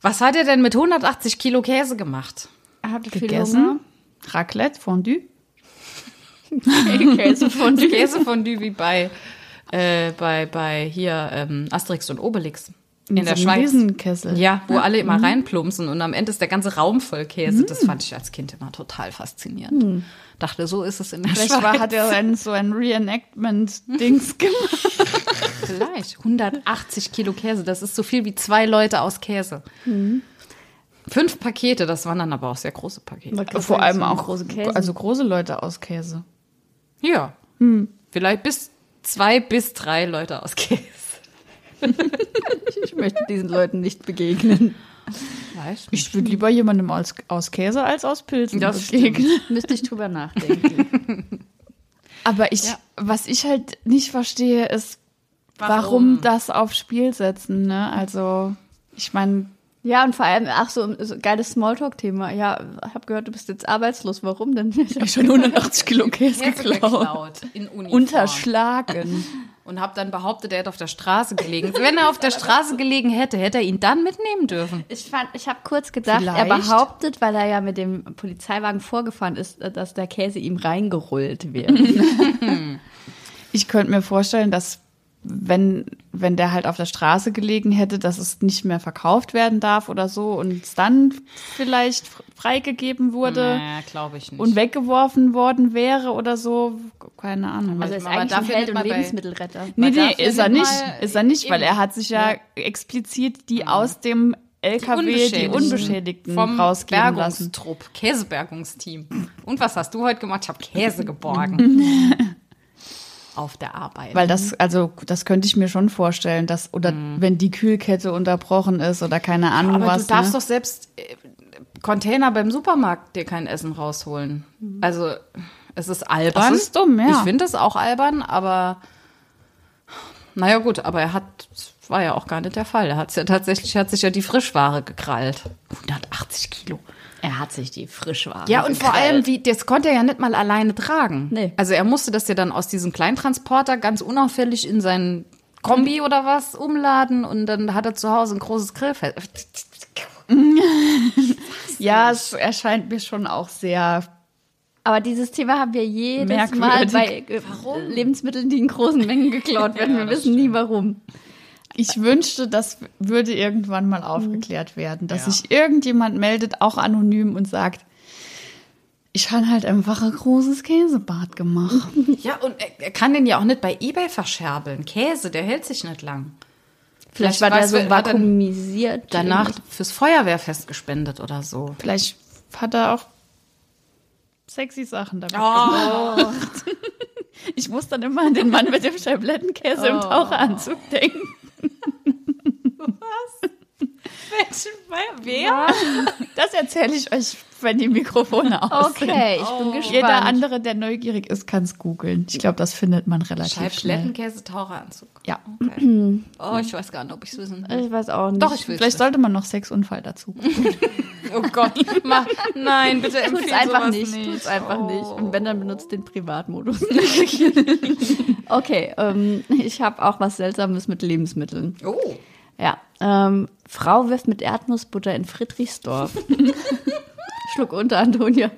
Was hat er denn mit 180 Kilo
<laughs>
Käse gemacht?
Er hatte <laughs>
Gegessen? Raclette, Fondue?
viel <laughs> Käse von
Käse von wie bei, äh, bei, bei hier ähm, Asterix und Obelix in, der
so einem Mhm.
Schweiz.
Riesenkessel.
Ja, wo alle immer reinplumpsen und am Ende ist der ganze Raum voll Käse.
Mhm.
Das fand ich als Kind immer total faszinierend. Dachte, so ist es in der
Hm. Vielleicht
Schweiz.
war, hat er ein, so ein
<laughs>
Reenactment-Dings gemacht.
Vielleicht. 180 Kilo Käse, das ist so viel wie zwei Leute aus Käse. Fünf Pakete, das waren dann aber auch sehr große Pakete.
Vor allem auch
große
große
Käse.
Also große Leute aus Käse.
Ja.
Hm.
Vielleicht bis zwei bis drei Leute aus Käse.
ich möchte diesen Leuten nicht begegnen.
Vielleicht.
Ich würde lieber jemandem aus, aus Käse als aus Pilzen begegnen.
<laughs> Müsste ich drüber nachdenken.
Aber ich,
Ja.
was ich halt nicht verstehe, ist, warum,
Warum?
das aufs Spiel setzen, ne? Also, ich meine,
ja, und vor allem, ach so, so geiles Smalltalk-Thema. Ja, hab gehört, du bist jetzt arbeitslos. Warum denn? Ich hab
schon 180
<laughs>
Kilo Käse
in Uniform.
Unterschlagen.
Und hab dann behauptet, er hätte auf der Straße gelegen. Wenn er auf der Straße gelegen hätte, hätte er ihn dann mitnehmen dürfen.
Ich, fand- ich habe kurz gedacht, er
Vielleicht.
behauptet, weil er ja mit dem Polizeiwagen vorgefahren ist, äh, dass der Käse ihm reingerollt wird. Also
Ich könnte mir vorstellen, dass wenn, wenn der halt auf der Straße gelegen hätte, dass es nicht mehr verkauft werden darf oder so und es dann vielleicht fr- freigegeben wurde
Naja, glaube Äh, ich nicht.
und weggeworfen worden wäre oder so, keine Ahnung.
Also er ist
Aber
eigentlich ein
dafür
Held
nimmt
und
man bei-
Lebensmittelretter.
nee,
man
nee,
darf ja
ist er
nicht
nicht,
mal-
ist er nicht, weil
eben.
er hat sich ja, explizit die aus dem LKW, die
Unbeschädigten.
Unbeschädigten,
vom
rausgeben lassen.
Bergungstrupp, Käsebergungsteam. Und was hast du heute gemacht? Ich habe
<laughs>
Käse geborgen. Auf der Arbeit.
Weil das, also das könnte ich mir schon vorstellen, dass, oder wenn die Kühlkette unterbrochen ist oder keine Ahnung
Aber
was.
du darfst
ne?
doch selbst äh, Container beim Supermarkt dir kein Essen rausholen. Also es ist albern.
Das ist dumm, ja.
Ich finde es auch albern, aber naja gut, aber er hat, das war ja auch gar nicht der Fall. Er hat ja tatsächlich, hat sich ja die Frischware gekrallt. 180 Kilo.
Er hat sich die Frischware.
Ja, und vor allem, wie, das konnte er ja nicht mal alleine tragen.
Nee.
Also er musste das ja dann aus diesem Kleintransporter ganz unauffällig in seinen Kombi oder was umladen und dann hat er zu Hause ein großes Grillfest.
Ja, es erscheint mir schon auch sehr.
Aber dieses Thema haben wir jedes Mal
Merkwürdig.
bei äh, Lebensmitteln, die in großen Mengen geklaut werden. wir wissen nie warum.
Ich wünschte, das würde irgendwann mal aufgeklärt werden, dass sich irgendjemand meldet, auch anonym und sagt, ich habe halt einfach ein großes Käsebad gemacht.
Ja, und er, er kann den ja auch nicht bei Ebay verscherbeln. Käse, der hält sich nicht lang.
Vielleicht
Vielleicht
war der
weiß-
so
hat er-
vakuumisiert.
Danach fürs Feuerwehrfest gespendet oder so.
Vielleicht hat er auch sexy Sachen damit.
Oh,
Ich muss dann immer an den Mann mit dem Scheiblettenkäse im Taucheranzug denken.
wer?
Das erzähle ich euch, wenn die Mikrofone aus sind.
Okay, ich bin gespannt.
Jeder andere, der neugierig ist, kann es googeln. Ich glaube, das findet man relativ schnell.
Scheibschlettenkäse, Taucheranzug.
Ja.
Okay. Äh, Oh, ich weiß gar nicht, ob ich es wissen will.
Ich weiß auch nicht.
Doch, ich will
Vielleicht sollte man noch Sexunfall <laughs> dazu.
Oh Gott, mach, nein, bitte
Tut's
empfehl
einfach
sowas
nicht. Oh. Tut's einfach nicht. Und wenn, dann benutzt den Privatmodus. <laughs> okay, ähm, ich habe auch was Seltsames mit Lebensmitteln.
Oh,
Ja. Ähm, Frau wirft mit Erdnussbutter in Friedrichsdorf. <laughs> Schluck unter, Antonia.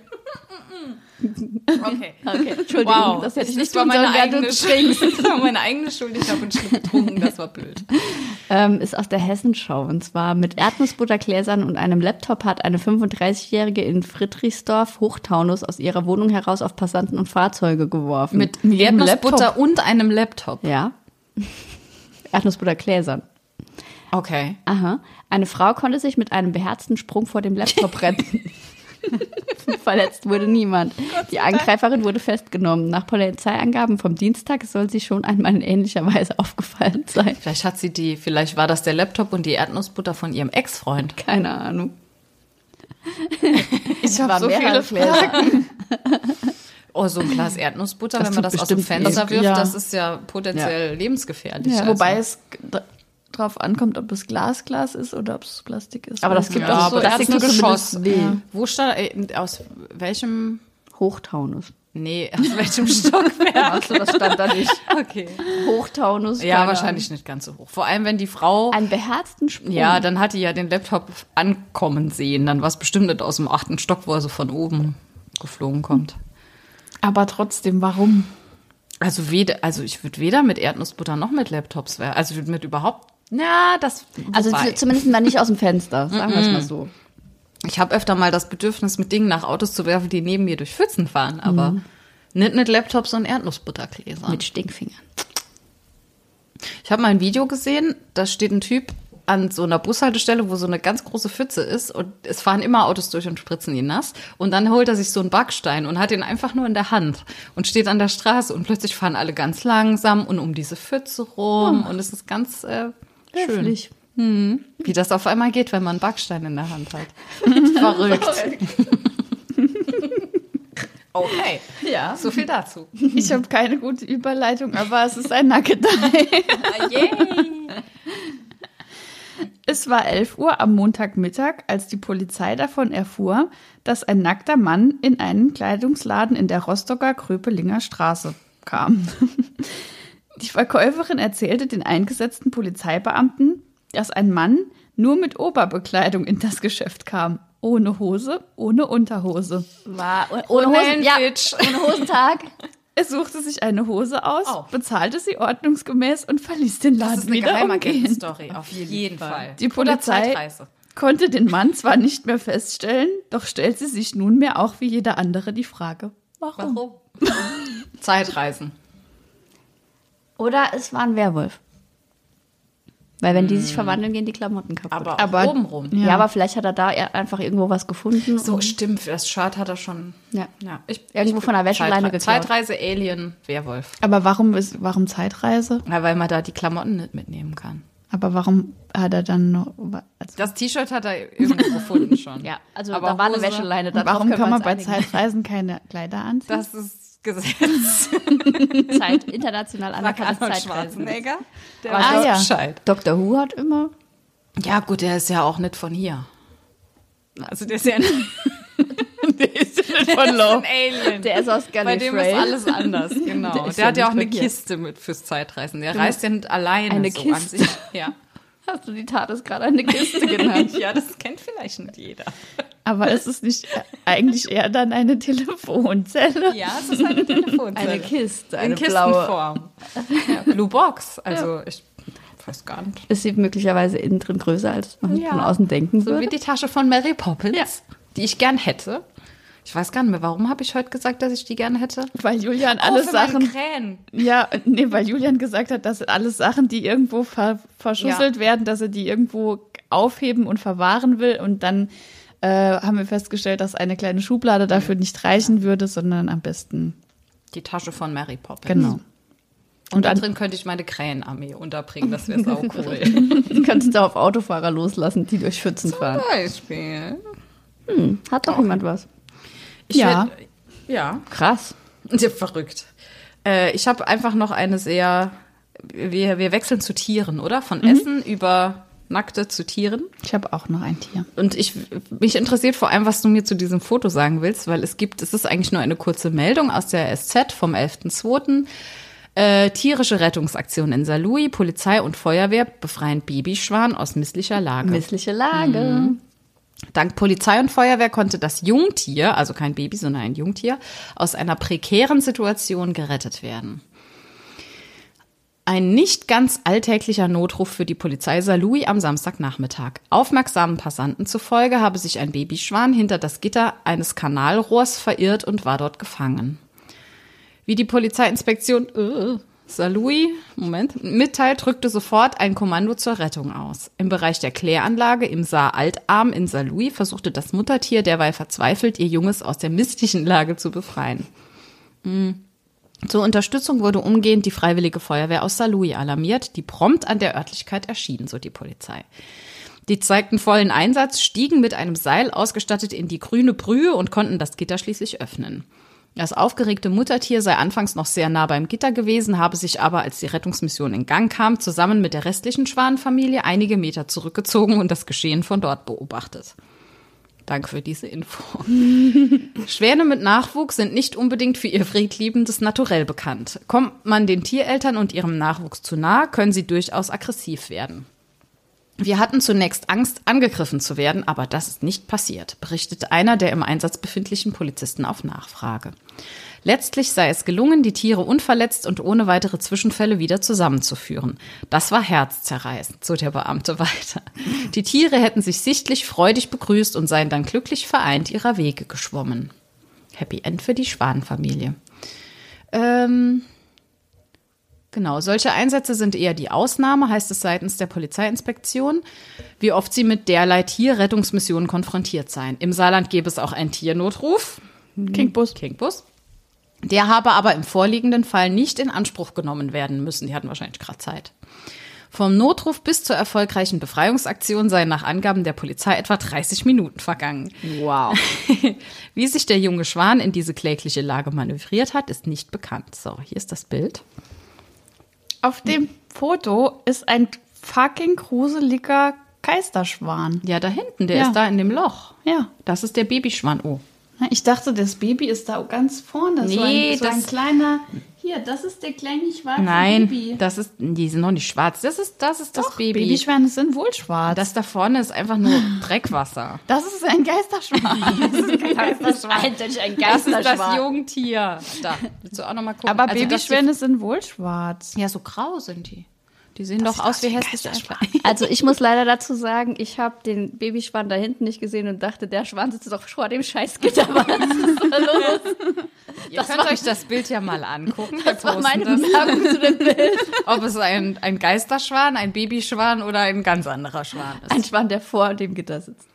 okay.
Okay, <laughs> Entschuldigung,
Wow,
das hätte ich
Das
nicht
war
tun
meine
sollen, während
eigene
du trinkst.
Schuld. Das war meine eigene Schuld. Ich habe einen Schluck getrunken, das war blöd.
<laughs> ähm, ist aus der Hessenschau und zwar mit Erdnussbuttergläsern und einem Laptop hat eine 35-Jährige in Friedrichsdorf, Hochtaunus, aus ihrer Wohnung heraus auf Passanten und Fahrzeuge geworfen.
Mit Erdnussbutter und einem Laptop.
Ja. Erdnussbuttergläsern.
Okay.
Aha. Eine Frau konnte sich mit einem beherzten Sprung vor dem Laptop retten. <laughs> Verletzt wurde niemand. Die Angreiferin wurde festgenommen. Nach Polizeiangaben vom Dienstag soll sie schon einmal in ähnlicher Weise aufgefallen sein.
Vielleicht hat sie die, vielleicht war das der Laptop und die Erdnussbutter von ihrem Ex-Freund.
Keine Ahnung.
Ich
War
habe so
mehrere
viele Fragen.
Oh, so ein Glas Erdnussbutter,
Das
wenn man
tut
das aus dem
bestimmt
Fenster
weh.
wirft,
Ja.
das ist ja potenziell lebensgefährlich.
Ja.
Also.
Wobei es g- d- drauf ankommt, ob es Glasglas ist oder ob es Plastik ist. Also
Aber das gibt
gibt
ja,
doch so
aber das ist nur
Erdnussbutter
Geschoss.
mit weh.
Ja. Wo stand, äh, aus welchem,
Hochtaunus.
nee, <laughs> aus welchem Stockwerk?
Achso, das stand da nicht.
Okay.
Hochtaunus.
Ja,
keine
wahrscheinlich nicht ganz so hoch. Vor allem, wenn die Frau,
Ahnung. Einen beherzten Sprung.
ja, dann hat die ja den Laptop ankommen sehen, dann war es bestimmt nicht aus dem achten Stock, wo er so von oben geflogen kommt.
Aber trotzdem, warum?
Also weder, also ich würde weder mit Erdnussbutter noch mit Laptops wer- also ich würde mit überhaupt, na, das,
also
wobei.
zu- zumindest mal nicht aus dem Fenster, sagen wir es mal so.
ich habe öfter mal das Bedürfnis, mit Dingen nach Autos zu werfen, die neben mir durch Pfützen fahren, aber nicht mit Laptops und Erdnussbuttergläsern.
Mhm. Mit Stinkfingern.
Ich habe mal ein Video gesehen, da steht ein Typ an so einer Bushaltestelle, wo so eine ganz große Pfütze ist und es fahren immer Autos durch und spritzen ihn nass und dann holt er sich so einen Backstein und hat ihn einfach nur in der Hand und steht an der Straße und plötzlich fahren alle ganz langsam und um diese Pfütze rum und es ist ganz äh, schön,
Oh. Höflich.
wie das auf einmal geht, wenn man einen Backstein in der Hand <laughs> hat. Verrückt. <laughs> Okay,
Ja.
so viel dazu.
Ich habe keine gute Überleitung, aber es ist ein Nackedei. Es war 11 Uhr am Montagmittag, als die Polizei davon erfuhr, dass ein nackter Mann in einen Kleidungsladen in der Rostocker Kröpelinger Straße kam. Die Verkäuferin erzählte den eingesetzten Polizeibeamten, dass ein Mann nur mit Oberbekleidung in das Geschäft kam. Ohne Hose, ohne Unterhose.
War, ohne
Ohne
Hosen,
<laughs>
ja,
Hellentitsch.
ohne Hosentag.
Er suchte sich eine Hose aus,
Oh.
bezahlte sie ordnungsgemäß und verließ den Laden
Das ist eine
wieder umgehend.
Geheimagentenstory, auf jeden Fall.
Die
Oder
Polizei
Zeitreise.
konnte den Mann zwar nicht mehr feststellen, doch stellt sie sich nunmehr auch wie jeder andere die Frage, warum?
Warum? <laughs> Zeitreisen.
Oder es war ein Werwolf. Weil wenn die sich verwandeln, gehen die Klamotten kaputt.
Aber, auch
Aber-
obenrum.
ja.
Ja.
aber vielleicht hat er da eher einfach irgendwo was gefunden.
So,
und-
stimmt, das Shirt hat er schon.
Ja.
ja ich,
Irgendwo von der Wäscheleine geklaut.
Zeitreise, Alien, Werwolf.
Aber warum ist, warum Zeitreise?
Na, weil man da die Klamotten nicht mitnehmen kann.
Aber warum hat er dann noch, also,
Das T-Shirt hat er irgendwo gefunden schon.
Ja, also
Aber
da war eine
Hose-
Wäscheleine. darauf
warum
können
kann
wir
man
uns
bei
einigen.
Zeitreisen keine
<laughs>
Kleider anziehen?
Das ist Gesetz.
Zeit international anerkanntes Zeitreisen.
Der
Ah,
weiß
ja.
Bescheid.
Dr. Who
<laughs>
hat immer
Ja, gut, der ist ja auch nicht von hier. Also der ist
<laughs>
ja nicht
von
von Alien.
Der ist aus
Bei dem
Gallifrey.
ist alles anders, genau.
<laughs> Der
Der,
ist ja
hat ja
nicht
auch eine
von hier. Genau.
Kiste mit fürs Zeitreisen. Der reist ja nicht alleine
Eine
so an
Kiste.
sich. Ja. genau.
Hast du die Tat ist gerade eine <laughs> Kiste genannt?
ja, das kennt vielleicht nicht jeder.
<laughs> Aber ist es nicht äh, eigentlich eher dann eine
<laughs>
Telefonzelle?
Ja, es ist eine Telefonzelle.
Eine Kiste, eine
In
blaue.
Kistenform. Ja, Blue Box. Also ich weiß gar nicht.
Ist sie möglicherweise innen drin größer, als man von außen denken
So wie
würde?
die Tasche von Mary Poppins,
Ja.
die ich gern hätte. Ich weiß gar nicht mehr, warum habe ich heute gesagt, dass ich die gerne hätte?
Weil Julian alles
oh, für meine
Sachen,
Krähen.
ja, nee, weil Julian gesagt hat, das sind alles Sachen, die irgendwo ver verschusselt werden, dass er die irgendwo aufheben und verwahren will und dann äh, haben wir festgestellt, dass eine kleine Schublade dafür nicht reichen würde, sondern am besten
Die Tasche von Mary Poppins.
genau.
Und da
an-
drin könnte ich meine Krähenarmee unterbringen. Das wäre sau
<laughs>
cool.
Die <laughs> kannst du auf Autofahrer loslassen, die durch Pfützen fahren.
Beispiel.
Hat doch jemand was.
Ich
Ja.
werd- ja. <laughs>
Krass.
Ja, verrückt. Äh, ich habe einfach noch eine sehr. Wir, wir wechseln zu Tieren, oder? Von
Mhm.
Essen über Nackte zu Tieren.
Ich habe auch noch ein Tier.
Und ich, mich interessiert vor allem, was du mir zu diesem Foto sagen willst, weil es gibt, es ist eigentlich nur eine kurze Meldung aus der SZ vom 11.02. Äh, tierische Rettungsaktion in Saarlouis. Polizei und Feuerwehr befreien Babyschwan aus misslicher Lage.
Missliche Lage.
Mhm.
Dank Polizei und Feuerwehr konnte das Jungtier, also kein Baby, sondern ein Jungtier, aus einer prekären Situation gerettet werden. Ein nicht ganz alltäglicher Notruf für die Polizei Saarlouis am Samstagnachmittag. Aufmerksamen Passanten zufolge habe sich ein Babyschwan hinter das Gitter eines Kanalrohrs verirrt und war dort gefangen. Wie die Polizeiinspektion äh, Salui, Moment, mitteilt, drückte sofort ein Kommando zur Rettung aus. Im Bereich der Kläranlage im Saar Altarm in Salui versuchte das Muttertier derweil verzweifelt, ihr Junges aus der misslichen Lage zu befreien. Hm. Zur Unterstützung wurde umgehend die Freiwillige Feuerwehr aus Saarlouis alarmiert, die prompt an der Örtlichkeit erschien, so die Polizei. Die zeigten vollen Einsatz, stiegen mit einem Seil ausgestattet in die grüne Brühe und konnten das Gitter schließlich öffnen. Das aufgeregte Muttertier sei anfangs noch sehr nah beim Gitter gewesen, habe sich aber, als die Rettungsmission in Gang kam, zusammen mit der restlichen Schwanenfamilie einige Meter zurückgezogen und das Geschehen von dort beobachtet. Danke für diese Info. Schwäne mit Nachwuchs sind nicht unbedingt für ihr friedliebendes Naturell bekannt. Kommt man den Tiereltern und ihrem Nachwuchs zu nahe, können sie durchaus aggressiv werden. Wir hatten zunächst Angst, angegriffen zu werden, aber das ist nicht passiert, berichtet einer der im Einsatz befindlichen Polizisten auf Nachfrage. Letztlich sei es gelungen, die Tiere unverletzt und ohne weitere Zwischenfälle wieder zusammenzuführen. Das war herzzerreißend, so der Beamte weiter. Die Tiere hätten sich sichtlich freudig begrüßt und seien dann glücklich vereint ihrer Wege geschwommen. Happy End für die Schwanenfamilie. Ähm, Genau, solche Einsätze sind eher die Ausnahme, heißt es seitens der Polizeiinspektion, wie oft sie mit derlei Tierrettungsmissionen konfrontiert seien. Im Saarland gäbe es auch einen Tiernotruf.
Mhm.
Kingbus. Kingbus. Der habe aber im vorliegenden Fall nicht in Anspruch genommen werden müssen. Die hatten wahrscheinlich gerade Zeit. Vom Notruf bis zur erfolgreichen Befreiungsaktion seien nach Angaben der Polizei etwa 30 Minuten vergangen.
Wow.
<laughs> Wie sich der junge Schwan in diese klägliche Lage manövriert hat, ist nicht bekannt. So, hier ist das Bild.
Auf dem Foto ist ein fucking gruseliger Geisterschwan.
Ja, da hinten, der
Ja.
ist da in dem Loch.
Ja.
Das ist der Babyschwan. Oh.
Na, Ich dachte, das Baby ist da ganz vorne. so
Nee,
ein, so ein
das-
kleiner
Hier, das ist der kleine schwarze
Nein,
Baby.
das ist, die sind noch nicht schwarz. Das ist, das ist das Baby.
Babyschwäne sind wohl schwarz.
das da vorne ist einfach <gasps> nur Dreckwasser.
Das ist ein Geisterschwarz.
Das ist
halt
eindeutig ein
Das ist das
Geisterschwarz.
Jungtier. Da, willst du auch nochmal gucken?
Aber
Also, dass die-
Babyschwäne sind wohl schwarz.
Ja, so grau sind die. Die sehen doch aus wie hässliche Schweine.
Also ich muss leider dazu sagen, ich habe den Babyschwan da hinten nicht gesehen und dachte, der Schwan sitzt doch vor dem Scheißgitter. <laughs> Was ist da los?
<laughs> Ihr könnt euch das Bild ja mal angucken. Wir
Das war
posten
meine
das.
Bemerkung zu dem Bild.
<laughs> Ob es ein, ein Geisterschwan, ein Babyschwan oder ein ganz anderer Schwan ist.
Ein Schwan, der vor dem Gitter sitzt.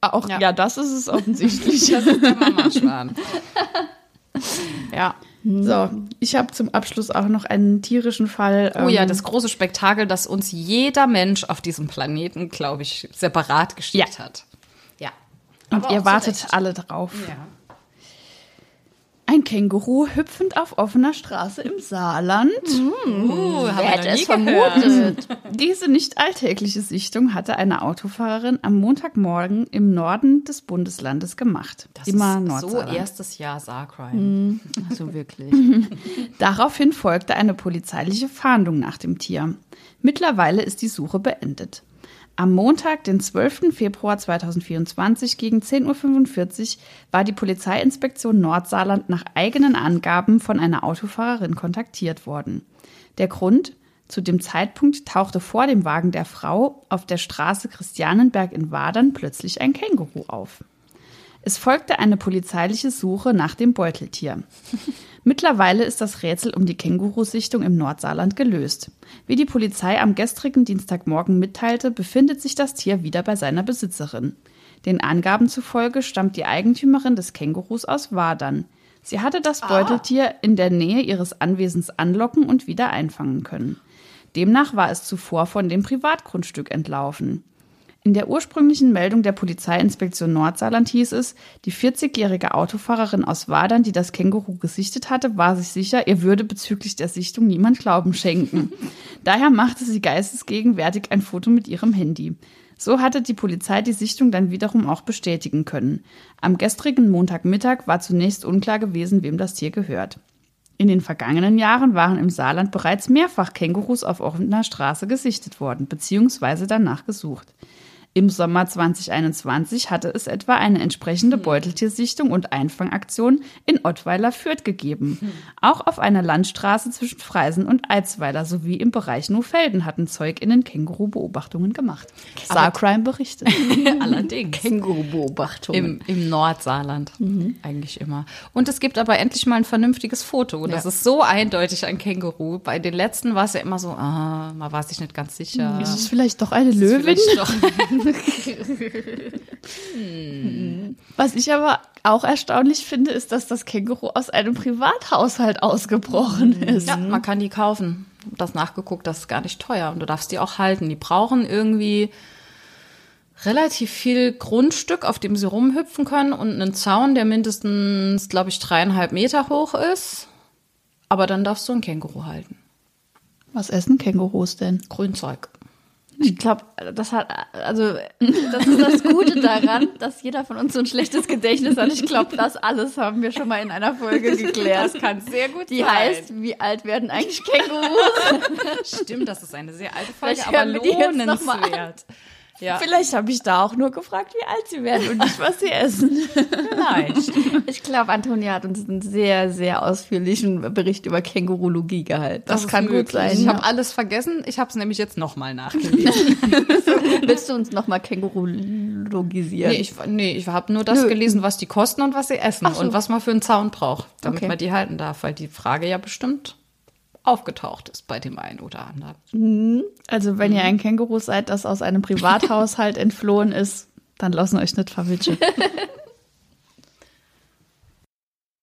Ah,
Auch ja, das ist es <laughs> offensichtlich.
Das ist der Mamaschwan. Ja.
so, ich habe zum Abschluss auch noch einen tierischen Fall.
Oh ja,
ähm,
das große Spektakel, das uns jeder Mensch auf diesem Planeten, glaube ich, separat geschickt
Ja.
hat. Ja.
Und ihr wartet alle drauf. Ein Känguru hüpfend auf offener Straße im Saarland. Äh,
Uh, haben
Hm, Wer
wir noch
hätte
nie
es
gehört.
vermutet?
Diese nicht alltägliche Sichtung hatte eine Autofahrerin am Montagmorgen im Norden des Bundeslandes gemacht.
Das
Immer
ist so
Nordsaarland.
erstes Jahr Also Saarcrime.
Hm.
So
<laughs>
wirklich.
Daraufhin folgte eine polizeiliche Fahndung nach dem Tier. Mittlerweile ist die Suche beendet. Am Montag, den 12. Februar 2024 gegen 10.45 Uhr war die Polizeiinspektion Nordsaarland nach eigenen Angaben von einer Autofahrerin kontaktiert worden. Der Grund? Zu dem Zeitpunkt tauchte vor dem Wagen der Frau auf der Straße Christianenberg in Wadern plötzlich ein Känguru auf. Es folgte eine polizeiliche Suche nach dem Beuteltier. Mittlerweile ist das Rätsel um die Kängurusichtung im Nordsaarland gelöst. Wie die Polizei am gestrigen Dienstagmorgen mitteilte, befindet sich das Tier wieder bei seiner Besitzerin. Den Angaben zufolge stammt die Eigentümerin des Kängurus aus Wadern. Sie hatte das Beuteltier in der Nähe ihres Anwesens anlocken und wieder einfangen können. Demnach war es zuvor von dem Privatgrundstück entlaufen. In der ursprünglichen Meldung der Polizeiinspektion Nordsaarland hieß es, die 40-jährige Autofahrerin aus Wadern, die das Känguru gesichtet hatte, war sich sicher, ihr würde bezüglich der Sichtung niemand Glauben schenken. Daher machte sie geistesgegenwärtig ein Foto mit ihrem Handy. So hatte die Polizei die Sichtung dann wiederum auch bestätigen können. Am gestrigen Montagmittag war zunächst unklar gewesen, wem das Tier gehört. In den vergangenen Jahren waren im Saarland bereits mehrfach Kängurus auf offener Straße gesichtet worden bzw. danach gesucht. Im Sommer 2021 hatte es etwa eine entsprechende Beuteltiersichtung und Einfangaktion in Ottweiler Fürth gegeben. Auch auf einer Landstraße zwischen Freisen und Eitzweiler sowie im Bereich Nufelden hatten ZeugInnen Känguru-Beobachtungen gemacht. Saarcrime <laughs> berichtet.
<laughs> Allerdings.
Känguru-Beobachtungen. Mhm.
Im, im Nordsaarland. Eigentlich immer. Und es gibt aber endlich mal ein vernünftiges Foto. Das ist so eindeutig ein Känguru. Bei den letzten war es ja immer so, ah, man war sich nicht ganz
Mhm.
sicher.
Ist es vielleicht doch eine
Ist
Löwin?
vielleicht doch-
Was ich aber auch erstaunlich finde, ist, dass das Känguru aus einem Privathaushalt ausgebrochen ist.
Ja, man kann die kaufen. Ich hab Das nachgeguckt, das ist gar nicht teuer. Und du darfst die auch halten. Die brauchen irgendwie relativ viel Grundstück, auf dem sie rumhüpfen können und einen Zaun, der mindestens, glaube ich, dreieinhalb Meter hoch ist. Aber dann darfst du ein Känguru halten.
Was essen Kängurus denn?
Grünzeug.
Ich glaube, das hat, also, das ist das Gute daran, <laughs> dass jeder von uns so ein schlechtes Gedächtnis hat. Ich glaube, das alles haben wir schon mal in einer Folge geklärt.
kann sehr gut
Die <laughs> heißt, wie alt werden eigentlich Kängurus?
Stimmt, das ist eine sehr alte Folge,
Vielleicht
aber
hören wir die jetzt noch mal an.
lohnenswert. Ja,
Vielleicht habe ich da auch nur gefragt, wie alt sie werden und nicht, was sie essen.
vielleicht.
Ich glaube, Antonia hat uns einen sehr, sehr ausführlichen Bericht über Kängurologie gehalten.
Das kann
ist
gut
möglich.
sein,
Ich
ja.
habe alles vergessen. Ich habe es nämlich jetzt nochmal nachgelesen.
Willst du uns nochmal kängurologisieren?
nee, ich, nee, ich habe nur das gelesen, was die kosten und was sie essen und was man für einen Zaun braucht, damit
Okay.
man die halten darf, weil die Frage ja bestimmt aufgetaucht ist bei dem einen oder anderen.
<laughs> Also, wenn ihr ein Känguru seid, das aus einem Privathaushalt entflohen ist, dann lassen euch nicht verwitschen.